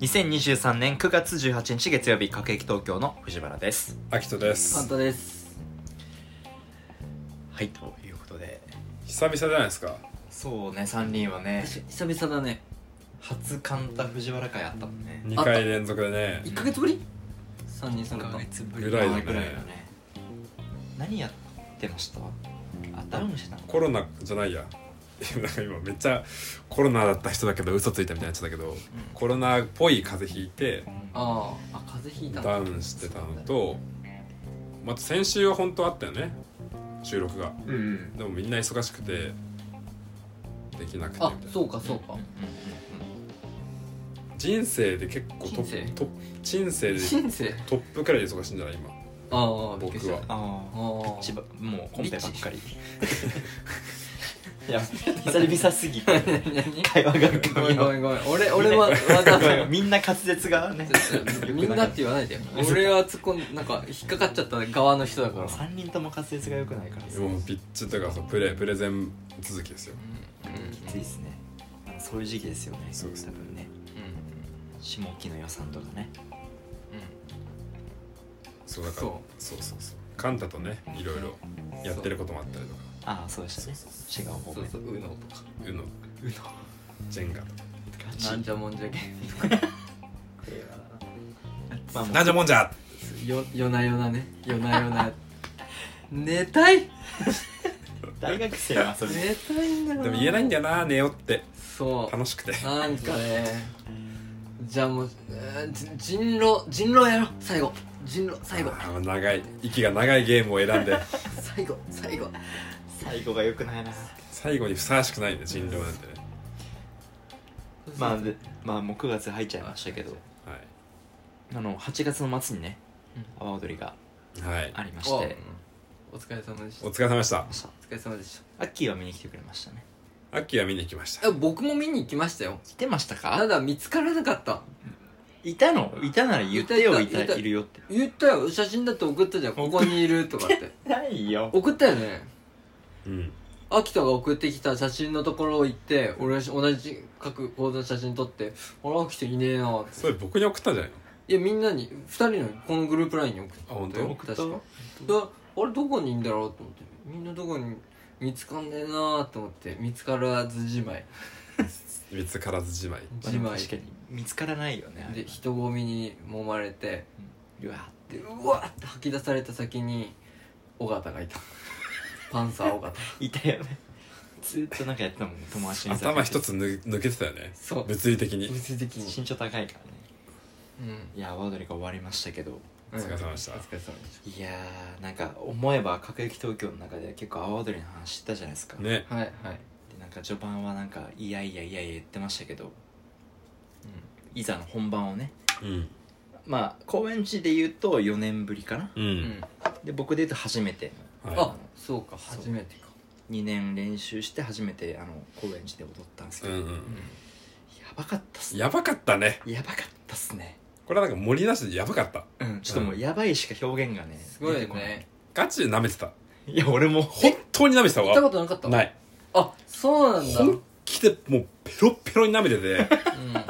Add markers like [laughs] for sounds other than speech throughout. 2023年9月18日月曜日、各駅東京の藤原です。アキトで簡す単ですはい、ということで。久々じゃないですかそうね、3人はね、久々だね初カンタ藤原会あったもんね。 2回連続でね1ヶ月ぶり3人揃ったぶぐらいだねぐらいだね。何やってましたあ、ダウンしてたのコロナじゃないや [laughs] なんか今めっちゃコロナだった人だけど嘘ついたみたいなやつだけどコロナっぽい風邪ひいてあーあ風邪ひいたダウンしてたのとまた先週は本当あったよね収録がうん。うん。でもみんな忙しくてできなくてみあたいなそうかそうか人生で結構ト人生ップトップ人生で人生トップくらいで忙しいんじゃない今 [laughs] ああびっくりし僕たはああ。あー千葉、もうコンペばっかり。 [laughs] いや、久久々すぎて。 [laughs] 何何会話が浮かごぶめんよごめんごめん俺俺はわざ [laughs] わざみんな滑舌がねみんなって言わないで俺は突っ込んなんか引っかかっちゃった側の人だから3人とも滑舌が良くないからさもうピッチとかそうプレープレゼン続きですよきついですねそういう時期ですよねそうです多ね分ね下期の予算とかねそうだからそそうそうそうカンタとねいろいろやってることもあったりとかああそうでしたね違う方そう面そううのとかうのジェンガとかガチなんじゃもんじゃゲまあもうなんじゃもんじゃーム [laughs] よ夜な夜なね夜な夜な寝たい大学生はそれ寝たいんだからでも言えないんだよな寝よってそう楽しくてなんかねじゃあもう、えーじ人狼人狼やろう最後人狼最後あー長い息が長いゲームを選んで最後最後最後が良くないな最後にふさわしくないね人狼なんてねまあでまあもう9月入っちゃいましたけどはあの8月の末にねうん阿波踊りがい、はい、ありましておお疲れ様でしたおお疲れ様でした疲れ様でしアッキーは見に来てくれましたねアッキーは見に行きましたたえ僕も見に行きましたよ来てましたたかだ見つからなかったいたのいたなら言ってよいいたたいたいるよって言ったよ写真だって送ったじゃんここにいるとかって [laughs] ないよ送ったよねうん秋田が送ってきた写真のところ行って俺は同じ各構図の写真撮ってあれ秋田いねえなってそれ僕に送ったんじゃないのいやみんなに2人のこのグループラインに送ってあ本当よ確かいやあれどこにいんだろうと思ってみんなどこに見つかんねえなーと思って見つからずじまい見つからずじまいまあじでもま確かいに見つからないよねあれで人混みに揉まれてうわでうわーって吐き出された先に尾形がいたパンサー尾形いたよねずっとなんかやってたもんね友達にさ頭一つ抜抜けてたよねそう物理的に物理的に身長高いからねうんいやワードリが終わりましたけどおお疲れ様でしたお疲れ様でしいやーなんか思えば各駅東京の中で結構阿波踊りの話したじゃないですか、ねたはいはい、でなんか序盤はなんかいやいやいやいや言ってましたけどいざの本番をねうんまあ高円寺で言うと4年ぶりかなううんん、で僕で言うと初めてはあそうかそう初めてか2年練習して初めてあの高円寺で踊ったんですけい、うど、んうやんばかったっすねやばかったねやばかったっすねこれはなんか盛り出してやばかったうんちょっともうやばいしか表現がねすごい出てこないねガチで舐めてたいや俺も本当に舐めてた行ったわことなかったないいあそうなんだ、本気でもうペロッペロに舐めてて [laughs] うんま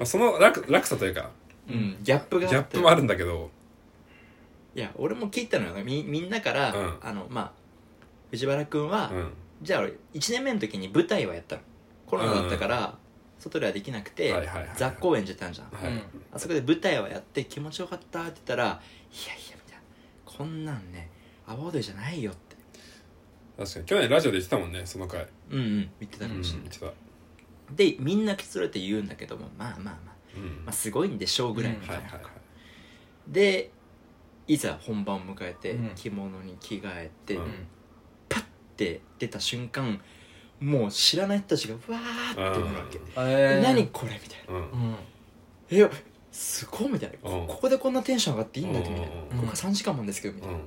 あその楽楽さというかうんギャップギがャップもあるんだけどいや俺も聞いたのよみみんなから、うんあのまあ藤原君は、うんじゃあ俺1年目の時に舞台はやったのコロナだったから、外ではできなくて、はいはいはい雑公演じゃったんじゃん、はい、うんあそこで舞台はやって気持ちよかったって言ったら「いやいや」みたいな「こんなんね阿波踊りじゃないよ」って確かに去年ラジオで言ってたもんねその回うんうん言ってたかうんも言っしれない、てた、でみんなそれって言うんだけどもまあまあまあうんまあすごいんでしょうぐらいのはい感はい覚、はいでいざ本番を迎えてうん着物に着替えて、うんって出た瞬間もう知らない人たちがわーってなるわけ、えー、何これみたいなうんうん「えすごい」みたいな、うんここでこんなテンション上がっていいんだってみたいな、うんここ3時間もんですけどみたういんな、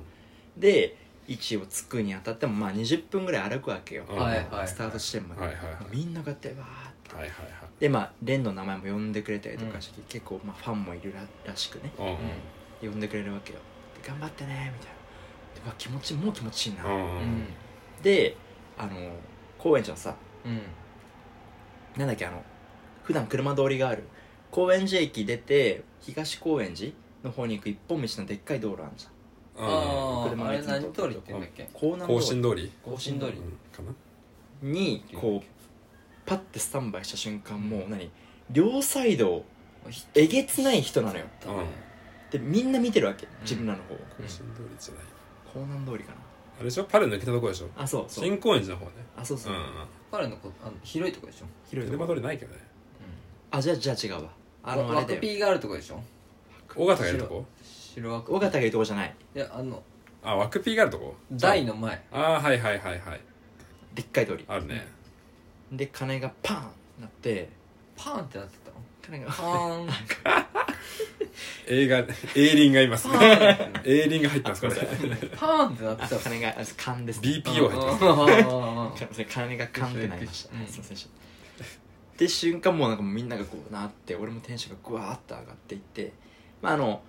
で位置をつくにあたってもまあ20分ぐらい歩くわけよ、うんはいはいスタート地点まで、はいはいはいみんながってわーってはいはいでまあ蓮の名前も呼んでくれたりとかして、結構まあファンもいるららしくねはい呼んでくれるわけよで頑張ってねみたいなでわ気持ちいいもう気持ちいいな、うんううんんであの高円寺のさうんなんだっけあの普段車通りがある高円寺駅出て東高円寺の方に行く一本道のでっかい道路あるじゃああ車あのあやれつの何通りって言うんだっけん港あ南更新道通り更新通うりんかなにこうパッてスタンバイした瞬間もう何両サイドえげつない人なのよだねでみんな見てるわけ自分らの方を更新通りじゃない港南通りかあれでしょパレ抜けたとこでしょなあそうそう新高円寺の方ねあそうそううんうん彼のこあの広いとこでしょ広いと車こ通りないけどねあじゃあじゃあ違うわあわのあれワクだピよーがあるとこでしょ尾形がいるとこ白ワクピー尾形がいるとこじゃないいやあのあワクピーがあるとこ台の前ああはいはいはいはいでっかい通りあるねで金がパーンなってパーンってなってたの金がパーン映画エーリンがいますパねーンってなってエーリンが入ったんですこれたパーンってなってたあ金があ勘です BPO 入ってます [laughs] 入かそれ金がカンってなりました、うんすいませんでしたで瞬間もうなんかもうみんながこうなって俺もテンションがグワーッと上がっていってまああの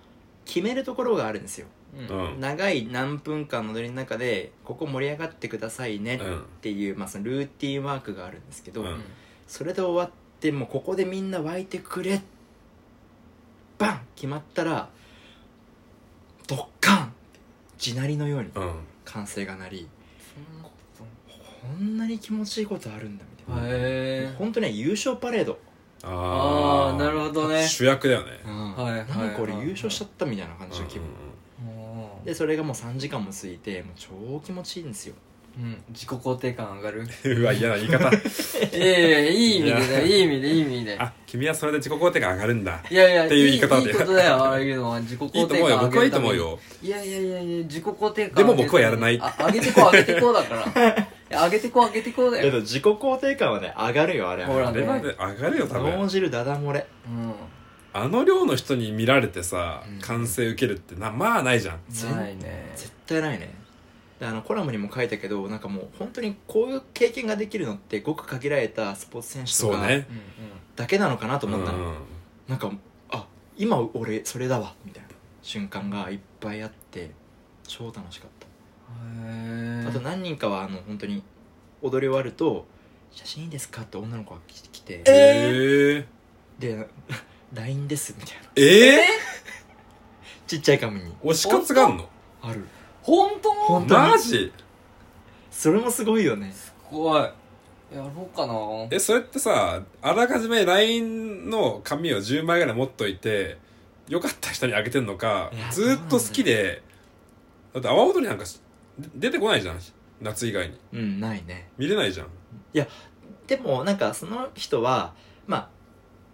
決めるところがあるんですよううんん長い何分間の踊りの中でここ盛り上がってくださいねっていう、まあ、そのルーティンワークがあるんですけど、うんそれで終わってもうここでみんな湧いてくれバン決まったらドッカン地鳴りのようにうん歓声が鳴りそんなことこんなに気持ちいいことあるんだみたいなへえ本当ね優勝パレード、ああーあなるほどね主役だよねはいはいなんかこれ優勝しちゃったみたいな感じの気分、もでそれがもう3時間も過ぎてもう超気持ちいいんですよううん自己肯定感上がるうん [laughs] うんうわ嫌な言い方いやいやいやいい意味でいだやよいい意味でいい意味であ君はそれで自己肯定感上がるんだいやいやっていう言い方でいいことだよああいうのは自己肯いい定と感思うよ上僕げはいいるとため思にうよいやいやいやいや自己肯定感でも僕はやらないあ上げてこう上げてこうだから [laughs] いや上げてこう上げてこうだいやよでも自己肯定感はね上がるよあれはほらあれまで上がるよ多脳分汁ダダ漏れうんあの量の人に見られてさうん歓声受けるってなまあないじゃん全ないね絶対ないねであのコラムにも書いたけどなんかもう本当にこういう経験ができるのってごく限られたスポーツ選手とそうかねうんうんだけなのかなとうん思ったの、うんなんかあ今俺それだわみたいな瞬間がいっぱいあって超楽しかったへあとー何人かはあの本当に踊り終わると「写真いいですか?」って女の子が来来てええで [laughs] 「LINE です」みたいなーえちっちゃい紙にー推し活があんのある本当ほん当マジそれもすごいよねすごいやろうかなえそれってさあらかじめ LINE の紙を10枚ぐらい持っといてよかった人にあげてんのかいやずーっと好きでだって阿波踊りなんかしで出てこないじゃん夏以外にうんないね見れないじゃんでもなんかその人はまあ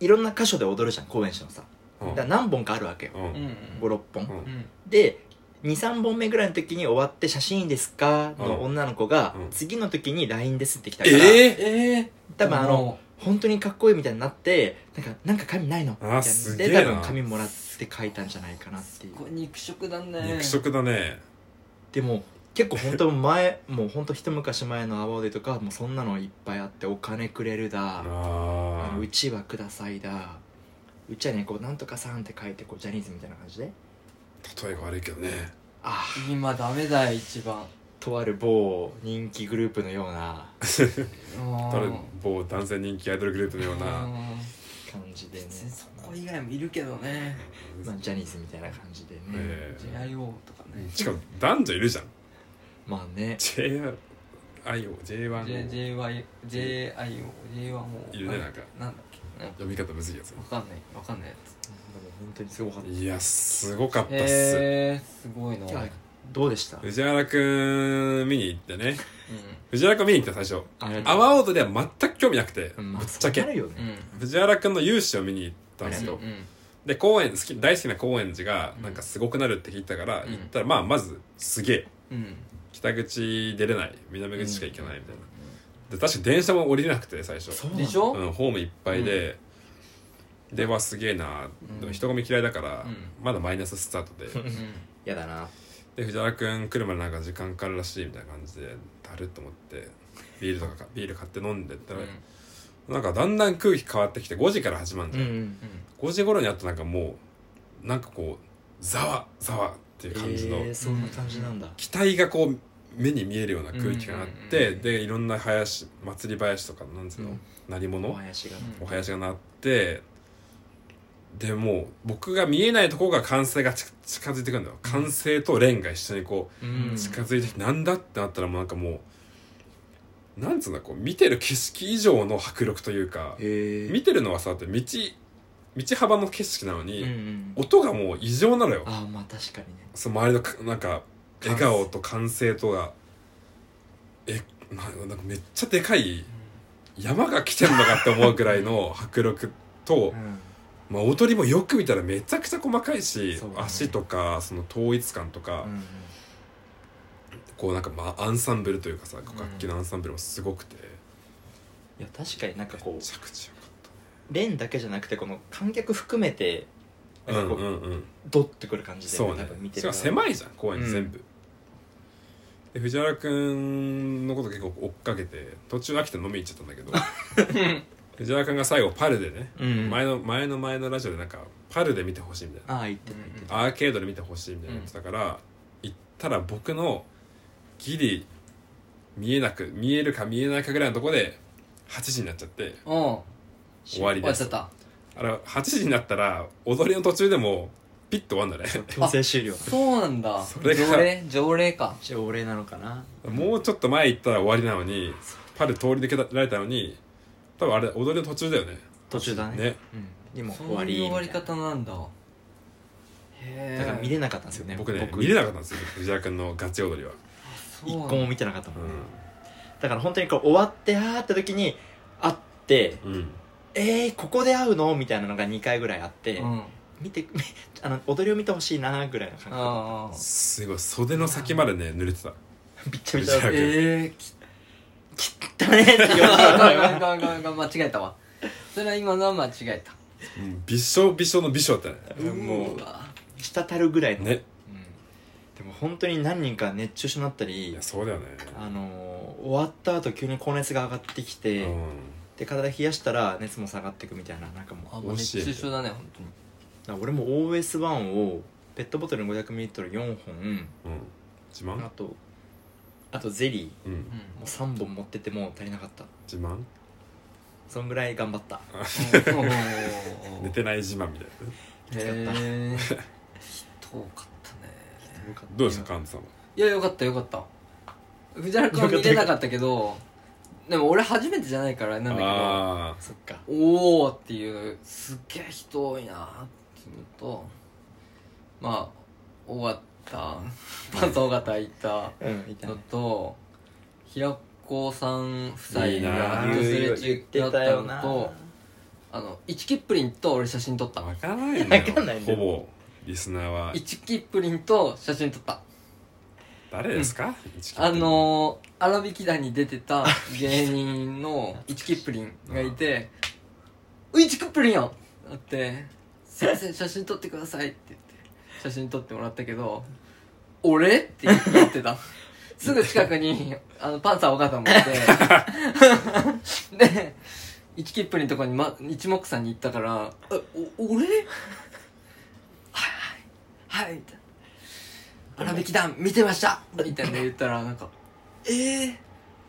いろんな箇所で踊るじゃん公演者のさうんだから何本かあるわけようんうんうん56本、うんうんで23本目ぐらいの時に終わって「写真いいですか?」の女の子がうん次の時に「LINE です」って来たから、ええええ多分あの本当にかっこいいみたいになってなんかなんか紙ないのみたいなすげえでな多分紙もらって書いたんじゃないかなっていうこれ肉食だね肉食だねでも結構本当前もう本当一昔前の阿波踊りとかもうそんなのいっぱいあって「お金くれるだ」ああの「ーうちはくださいだ」うちはねこう「なんとかさん」って書いてこうジャニーズみたいな感じで例えが悪いけどね「ああ今ダメだよ一番とある某人気グループのようなうん誰某男性人気アイドルグループのよううなん感じ [laughs] でね別にそこ以外もいるけどねまあ、ジャニーズみたいな感じでね、え JIO とかねーしかも男女いるじゃんまあね JRIOJ1 JJYJIO J1 もいるねなんかなんだっけなんか呼び方むずいやつわかんないわかんないやつ本当にすごかったいやすごかったっす、へえすごいなあどうでした藤原くん見に行ってねう藤原くん見に行った最初あれ阿波踊りは全く興味なくて、うんまあぶっちゃけ、そうなるよねんうん藤原くんの勇姿を見に行ったんですそよ、ううんで高円好き大好きな高円寺がうんなんかすごくなるって聞いたから、うん行ったらまあまずすげえうん北口出れない南口しか行けないみたいな、で確か電車も降りれなくて最初そうでしょうん、ホームいっぱいで、ではすげえな、うんでも人混み嫌いだから、うんまだマイナススタートでうんやだなで藤原くん来るまでなんか時間かかるらしいみたいな感じでだるっと思ってビールとかかビール買って飲んでったら、うなんかだんだん空気変わってきて5時から始まるんうだんうよ、んん5時頃にあったなんかもうなんかこうざわざわっていうえ感じの、ー、そんな感じなんだ、期待がこう目に見えるような空気感があって、うんうんうんでいろんな林祭り林とかなんつうの、うん鳴り物お囃子がうんお囃子が鳴ってでもう僕が見えないところが完成がち近づいてくるんだよ完成とレンが一緒にこううん近づいてきて、なんだってなったらもうなんかもうなんつうんだこう見てる景色以上の迫力というかへ見てるのはさだって道道幅の景色なのえに、うんうん音がもう異常なのよああまあ確かにねその周りのかなんか歓声笑顔と歓声とがえななんかめっちゃでかい山が来てんのかって思うくらいの迫力と、まあ、踊りもよく見たらめちゃくちゃ細かいし、そうだね足とかその統一感とか、うんこうなんかまあアンサンブルというかさこう楽器のアンサンブルもすごくて、いや確かになんかこめうちゃくちゃよかっレンだけじゃなくてこの観客含めてたなんかうんこう、うんうんドッてくる感じで、そう多ね分見てしるかも狭いじゃん公園全部、で藤原くんのこと結構追っかけて途中飽きて飲み行っちゃったんだけ [laughs] ど藤原くんが最後パルでね、うん前の前の前のラジオでなんかパルで見てほしいみたいああ言ってた言ってなアーケードで見てほしいみたいなやつだから、行ったら僕のギリ見えなく見えるか見えないかぐらいのとこで8時になっちゃってうん終わりで終わっちゃすったあれ8時になったら踊りの途中でもピッと終わんだねた強制終了そうなんだそれが条例条例か一応俺なのかなもうちょっと前行ったら終わりなのにパル通り抜けられたのに多分あれ踊りの途中だよね途中だねねうん、でも終そわういうり終わりみたいな方なんだへえだから見れなかったんですよね僕ね見れなかったんですよ藤原君のガチ踊りは、そう一なんだ個も見てなかったもん、うだから本当にこう終わってあーって時に会ってんうん、えー、ここで会うのみたいなのが2回ぐらいあって、うん見て [laughs] あの踊りを見てほしいなーぐらいの感覚ああすごい袖の先までね濡れてたびっちゃびちゃだっーええきたねって言われたの [laughs] よごめんごめんごめんごめん間違えたわそれは今のは間違えたもうびしょびしょのびしょだったねもうわ滴るぐらいの、ねうん、でも本当に何人か熱中症になったいりやそうだよねあのー終わった後急に高熱が上がってきうて、んで体冷やしたら熱も下がってくみたいななんかもうあもう熱中症だね本当にだから俺も OS1 をペットボトル 500ml4 本うん自慢あとあとゼリううんーも3本持ってても足りなかった自慢そんぐらい頑張ったんおー寝てない自慢みたいきつかったへえ遠かったねよかったなどうでしたかんさんはいやよかったよかった藤原君は見れなかったけどでも俺初めてじゃないからなんだけどあそっかおおっていうすっげえ人多いなっていうのとまあ終わったパンサー尾形行ったうんいたのねと平子さん夫妻いいがな訪れ言っ中てだったたよのなとあの一キップリンと俺写真撮ったあ分からないんだよわかんないんだよほぼリスナーは一キップリンと写真撮った誰ですか一木あのー、荒引き団に出てた芸人のイチキップリンがいて「ういチキップリンやん!」だって「先生写真撮ってください」って言って写真撮ってもらったけど「俺?」って言ってたすぐ近くに [laughs] あのパンサー尾形もい [laughs] てでイチキップリンのとこに、ま、一目散に行ったから「えお俺?」はいはいはいみたいな荒引き団見てましたみたいな言ったらなんか「ええ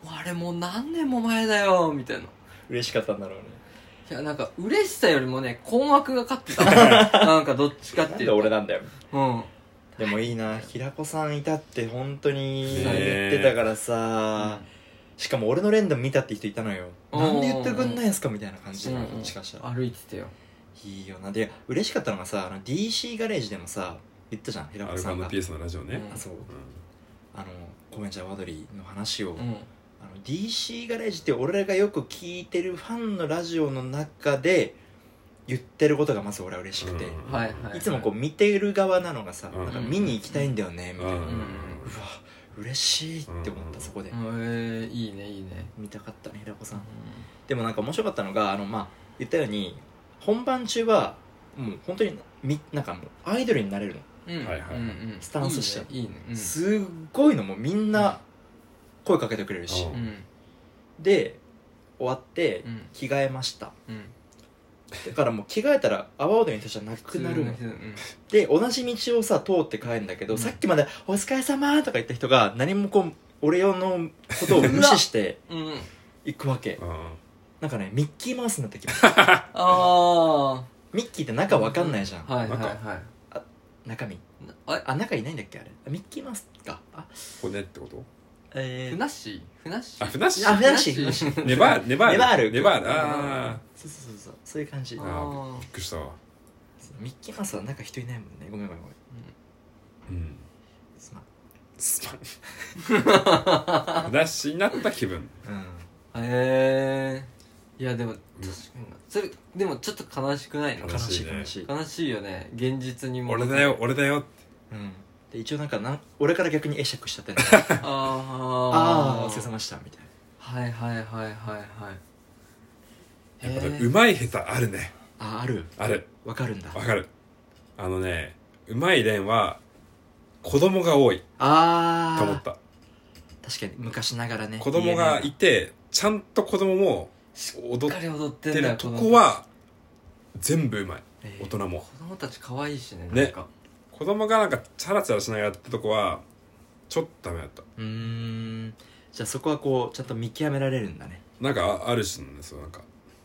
あれもう何年も前だよ」みたいな嬉しかったんだろうねいやなんか嬉しさよりもね困惑が勝っ [laughs] てたなんかどっちかっなんていでう俺なんだよとうんでもいいな平子さんいたって本当に言っねえてたからさしかも俺の連打見たって人いたのようんなんで言ってくんないんすかみたいな感じでうんもしかしたら歩いてたよいいよなで嬉しかったのがさあの DC ガレージでもさ言ったじゃん平ア子ルさカんンがのピースのラジオねあそううあのコメンチャーワドリーの話を、うあんの DC ガレージって俺らがよく聞いてるファンのラジオの中で言ってることがまず俺は嬉しくて、うんはいはいいつもこう見てる側なのがさ、うんなんか見に行きたいんだよねみんうたいな、うんわ嬉しいって思ったそこで、うんえーいいねいいね見たかったね平子さんでもなんか面白かったのがあのまあ言ったように本番中はもう本当にみなんかもうアイドルになれるの、うんはいはいうんうんスタンスしていいねいいねうんすっごいのもうみんな声かけてくれるし、うんうんで終わってうん着替えましたうんだからもう着替えたら阿波踊りの人じゃなくなるの普通の人うんで同じ道をさ通って帰るんだけど、うんさっきまで「お疲れ様とか言った人が何もこう俺用のことを無視してうん行くわけうんなんかねミッキーマウスになってきましたああミッキーって中わかんないじゃん、はいはいなんかはい中身なああ中いないんだっけあれあミッキーマウスかあ骨ってことえふー、なっしーふなっしあ、ーふなっしあーふなっしーふなっしーネバール、ネバール。ネバールネバール。ああそうそうそうそうそういう感じああーーびっくりしたわ。そうミッキーマウスは中人いないもんねごめんごめんごめんうん。すまんすまん。ふなっしーになった気分。うんへえいやでも確かになそれでもちょっと悲しくないの悲しいね悲しい悲しいよね現実にも俺だよ、俺だよ。うんで一応なんかなん俺から逆に会釈しちゃってあーああーおあ疲れ様でしたみたいはいはいはいはいはいやっぱへねーうまい下手あるね。なああるある。わかるんだわかる。あのね、うまい連は、子供が多いあと思っあた。確かに昔ながらね子供がいて、ちゃんと子供もしっ踊かっり踊っててんるだよとのこは、全部うまい。家で大人も。子供たち可愛いしねねなんか子供がなんかチャラチャラしながらやってたとこは、ちょっとダメだった。うーんじゃあそこはこうちゃんと見極められるんだねなんかあある種のねそうなんか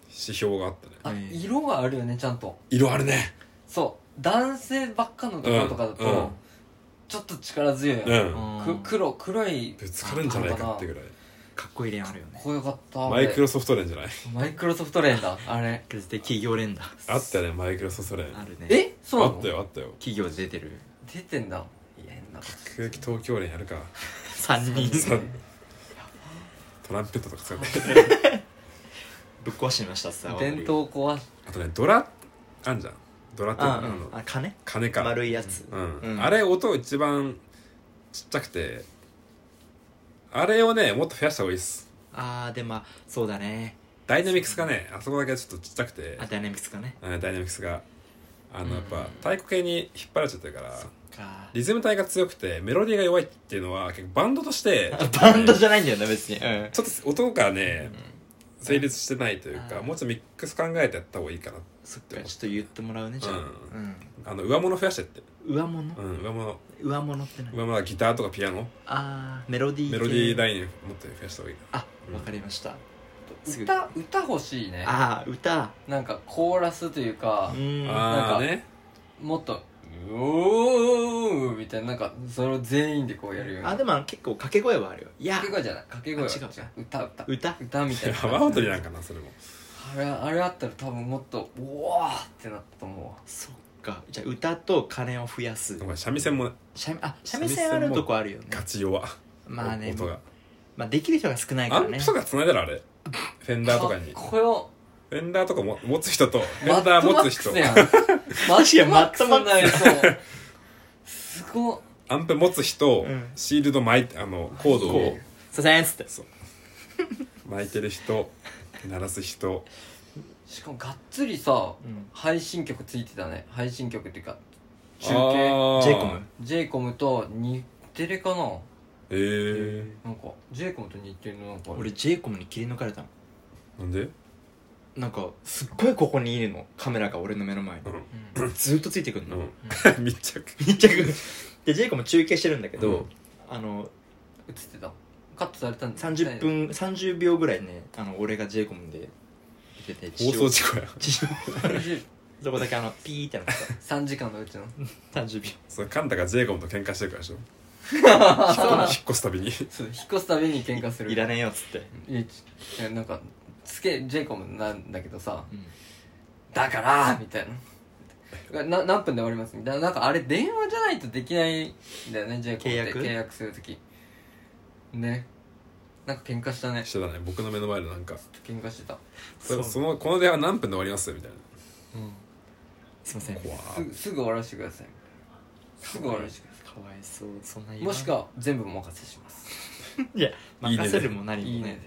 指標があったねあうん色があるよねちゃんと色あるねそう男性ばっかのところとかだうんうんとちょっと力強いようねんうんく黒黒いぶつかるんじゃないかってぐらいかっこいい連あるよねこうよかったマイクロロソフト連じゃないマイクロソフト連だあれ絶対企業連だあったよねマイクロソフト連あるねえそうなあのったよあったよ企業で出てる出てんだいや変なこと空気東京連やるか3人さトランペットとか使ってぶっ壊してみましたさ伝統壊しあとねドラあんじゃんドラっていうあのあのああ金鐘か丸いやつうん、うんあれ音一番ちっちゃくてあれをねもっと増やした方がいいっすああでまあそうだねダイナミクスがねあそこだけちょっとちっちゃくてあダイナミクスかねうんダイナミクスがあうんのやっぱ太鼓系に引っ張られちゃってるからかリズム体が強くてメロディーが弱いっていうのは結構バンドとして [laughs] ちょっとねバンドじゃないんだよね別にうんちょっと音がね成立してないというあかーもうちょっとミックス考えてやった方がいいかなそっかちょっと言ってもらうねじゃあうんうあの上物増やしてってん上物うん上物上物って何上物はギターとかピアノああメロディー系メロディーラインもっと増やした方がいいかあうんわかりましたすぐ歌歌欲しいねああ歌なんかコーラスといううかーんなああなあんかねもっと「うおー」みたいななんかそれを全員でこうやるようなでも結構掛け声はあるよいや掛け声じゃない掛け声はあ違う歌歌歌歌みたいな泡踊りなんかなそれもあれあれあったら多分もっと「うわー」ってなったと思うわそっかじゃあ歌と金を増やすお前三味線もねしゃあ三味線あるとこあるよねガチ弱まあね音がまあできる人が少ないかアらンねプとか繋いだらあ [laughs] れフェンダーとかかにっこよフェンダーとかも持つ [laughs] 人とフマェッンダードマ持ッつク人スやんマ [laughs] ッドマックスになりそうすごっアンプ持つ人、うんシールド巻いてあのコードをこう「すいません」っつって巻いてる人鳴らす人しかもがっつりさうん配信曲ついてたね配信曲っていうか中継継 JCOM JCOM と日テレかなえー、なんか JCOM と日テレのなんかある俺 JCOM に切り抜かれたのなんで、なんかすっごいここにいるのカメラが俺の目の前にうんうんずっとついてくるの、うん [laughs] 密着密着で J コも中継してるんだけど、うんあの映ってたカットされたんだ30分30秒ぐらいねあの俺が J コムで出てて放送事故や地上30そこだけあのピーってなって3時間のうちのた30秒それカンタがジェイコムと喧嘩してるからでしょそうなの引っ越すたびに [laughs] そう引っ越すたびに喧嘩するいらねえよっつって、いやちいやなんかすげえ j イコムなんだけどさうん「だから!」みたいなな何分で終わりますみたいななんかあれ電話じゃないとできないんだよね j イコムって契約契約するときねなんか喧嘩したねしてたね僕の目の前でなんか喧嘩してたそそうそのこの電話何分で終わりますみたいうんすいませんな怖すぐすぐ終わらせてくださいすぐ終わらせてくださかわいそうそんない言わもんしくは全部お任せしますいやいいね任せるも何もねいいね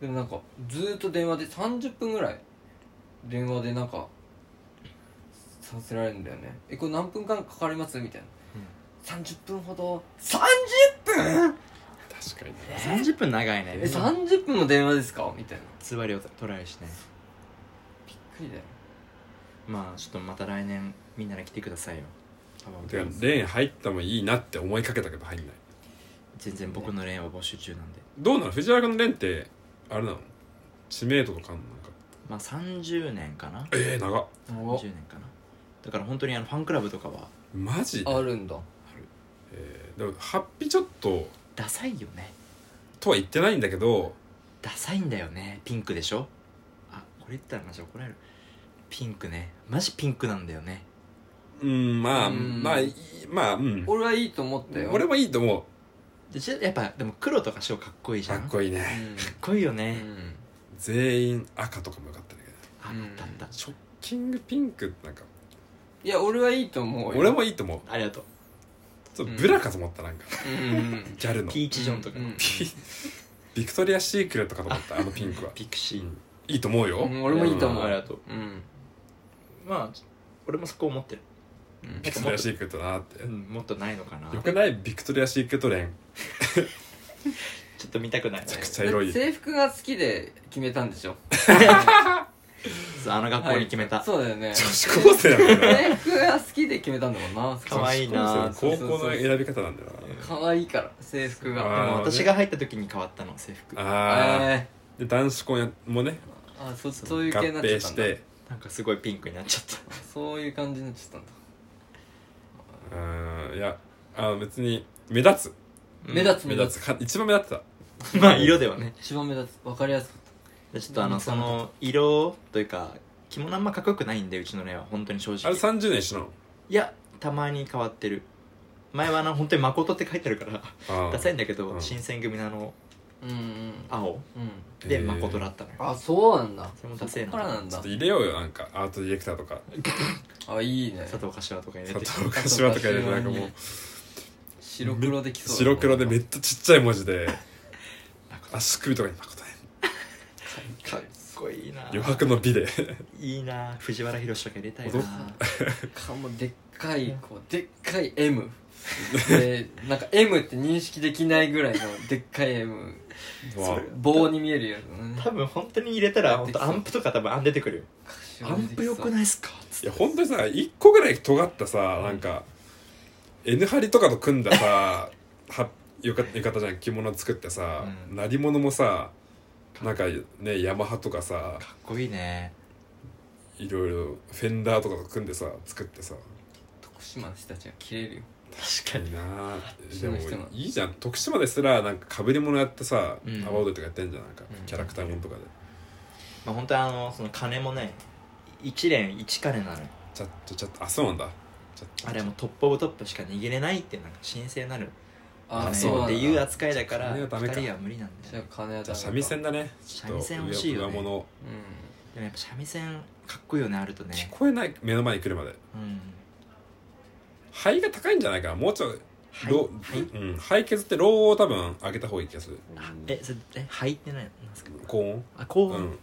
ででもなんかずーっと電話で30分ぐらい電話でなんかさせられるんだよね「えこれ何分間かかります?」みたいな、30分ほど30分確かにね30分長いねえ30分の電話ですかみたいなつわりを取られるしねびっくりだよまあちょっとまた来年みんなで来てくださいよてかレーン入ったもいいなって思いかけたけど入んない全然僕の恋愛は募集中なんでどうなの藤原君のレーンってあれなの知名度とかあんのなんかまあ30年かなええ長っお20年かなだから本当にあのファンクラブとかはマジあるんだえーでもハッピーちょっとダサいよねとは言ってないんだけどダサいんだよねピンクでしょあこれ言ったらマジ怒られるピンクねマジピンクなんだよねうんまあうんまあいいまあうん俺はいいと思ったよ俺もいいと思でちょやっぱでも黒とか白かっこいいうじゃかんっかっこいいねこいいようん、うね、ん全員赤とかもよかったんだけどあうんあったあったショッキングピンクなんかいや俺はいいと思うよ俺もいいと思うありがとうちょっとブラかと思ったなんかうんうんギャルのピーチジョンとかうんうん [laughs] ビクトリア・シークレットかと思ったあのピンクはピクシーいいと思うようん俺もいいと思うありがとううんまあ俺もそこ思ってる、うんビクトリア・シークレットだなってうん、もっとないのかなよくないビクトリア・シークレット連めちょっと見たく [laughs] ないちゃくちゃエロい制服が好きで決めたんでしょそうあの学校に決めた、はいそうだよね女子高生だもんね制服が好きで決めたんだも [laughs] んな可愛いな女子高生高校の選び方なんだよ可愛いから制服でがあも私が入った時に変わったの制服なえああーで男子校もねあそそう合いう系になっち併ゃったしんだてなんかすごいピンクになっちゃったそういう感じになっちゃったんだうんいやあの別に目立つ目立つ目立つか一番目立ってたつまあ色ではね一番目立つ分かりやすかっでちょっとあのその色というか着物あんまかっこよくないんでうちのねは本当に正あ直れ30年一緒いやたまに変わってる前はな本当に「誠」って書いてあるからなのあーダサいんだけど、うん新選組のあのたうんうん青うんで「へー誠」だったのよあそうなんだそれもダセえなそっからなんちょだっと入れようよなんかアートディレクターとかあいいね佐藤柏とか入れ佐て藤柏とか入れてなんかもう白黒できそう白黒でめっちゃちっちゃい文字 [laughs] で誠足首とかに誠ねかっこいいな余白の美でいいな藤原宏とか入れたいな踊っかもうでっかいこうでっかい M でなんか M って認識できないぐらいのでっかい M わ棒に見えるやつだね多分本当に入れたら本当アンプとか多分あん出てくるよアンプ良くいないっすかついっや本当にさ一個ぐらい尖ったさなんか N 張りとかと組ん [laughs] ださは浴衣浴衣じゃん着物作ってさ、うん鳴り物もさなんかねヤマハとかさてかっこいいねいろいろフェンダーとかと組んでさ作ってさ徳島の人たちが切れるよ確かいにいなあでそもの人もいいじゃん徳島ですらなんかかぶり物やってさ阿うん波踊りとかやってんじゃんなんかうんキャラクターもんとかでまあ本当にあのその鐘もね一連一鐘なのよちゃっとちゃっとあそうなんだちゃっとあれはもうトップオブトップしか握れないってなんか神聖なるあねそうなんっだていう扱いだから金二はダメか人は無理なんだじゃよあ金はじダゃあメ三味線だねち三味ょっと線欲しいよね上物うでもやっぱ三味線かっこいいよねあるとね聞こえない目の前に来るまでうん肺が高いんじゃないかなもうちょいはいロはいうん、肺削ってローを多分上げた方がいい気がするあえそれえ入ってないなんですか高音あ高う音、ん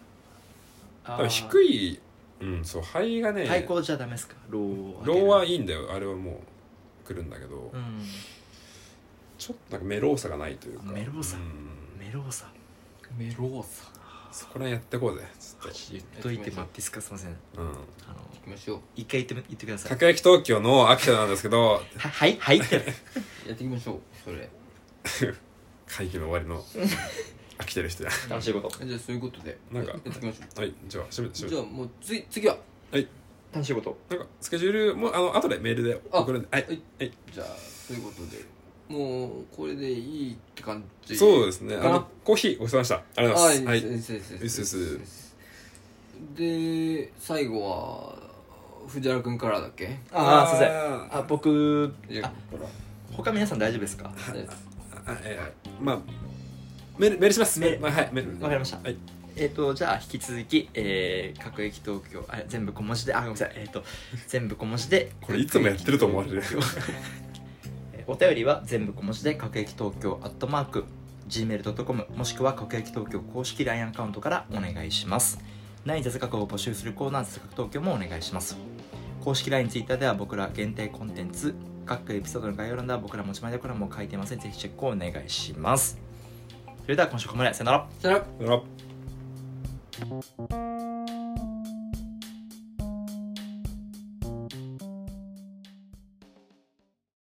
あ多ー分低いうんそう肺がね太鼓じゃダメですかローを上ロげーるはいいんだよあれはもう来るんだけど、うんちょっとなんかメローさがないというかメローさうんメローさんメローサそこら辺やってこうぜちょっ言っといてもらっていいですかすいませんと、うあん、の行きましょ一回言って言ってくださたいこ焼き東京の秋田なんですけどははいはいってうやっていきましょうそれ会議の終わりの [laughs] 飽きてる人や楽しいことじゃあそういうことでなんかやっていきましょはいじゃあ閉めて閉めてうじゃあもう次次は楽しいことなんかスケジュールもあの後でメールで送るんではいはいじゃあそういうことでもうこれでいいって感じそうですねあかなのコーヒーごちそうさまでしたありがとうござあいいますはいですですうっすうっすですで最後は藤原君からだっけああすいませんああ僕じゃあ他皆さん大丈夫ですかあえあえーまあメールメールしますメールまあはいメールわかりましたはいえっ、とじゃあ引き続きえー、各駅東京あ全部小文字であごめんなさいえっ、と全部小文字で [laughs] これいつもやってると思われるよえーお便りは全部小文字で各駅東京アットマーク gmail.com もしくは各駅東京公式 LINE アカウントからお願いしますない雑学を募集するコーナー雑学東京もお願いします公式 LINE、Twitter では僕ら限定コンテンツ各エピソードの概要欄では僕ら持ち前でコラムを書いていますのでぜひチェックをお願いしますそれでは今週ここまでさよならそれさよなら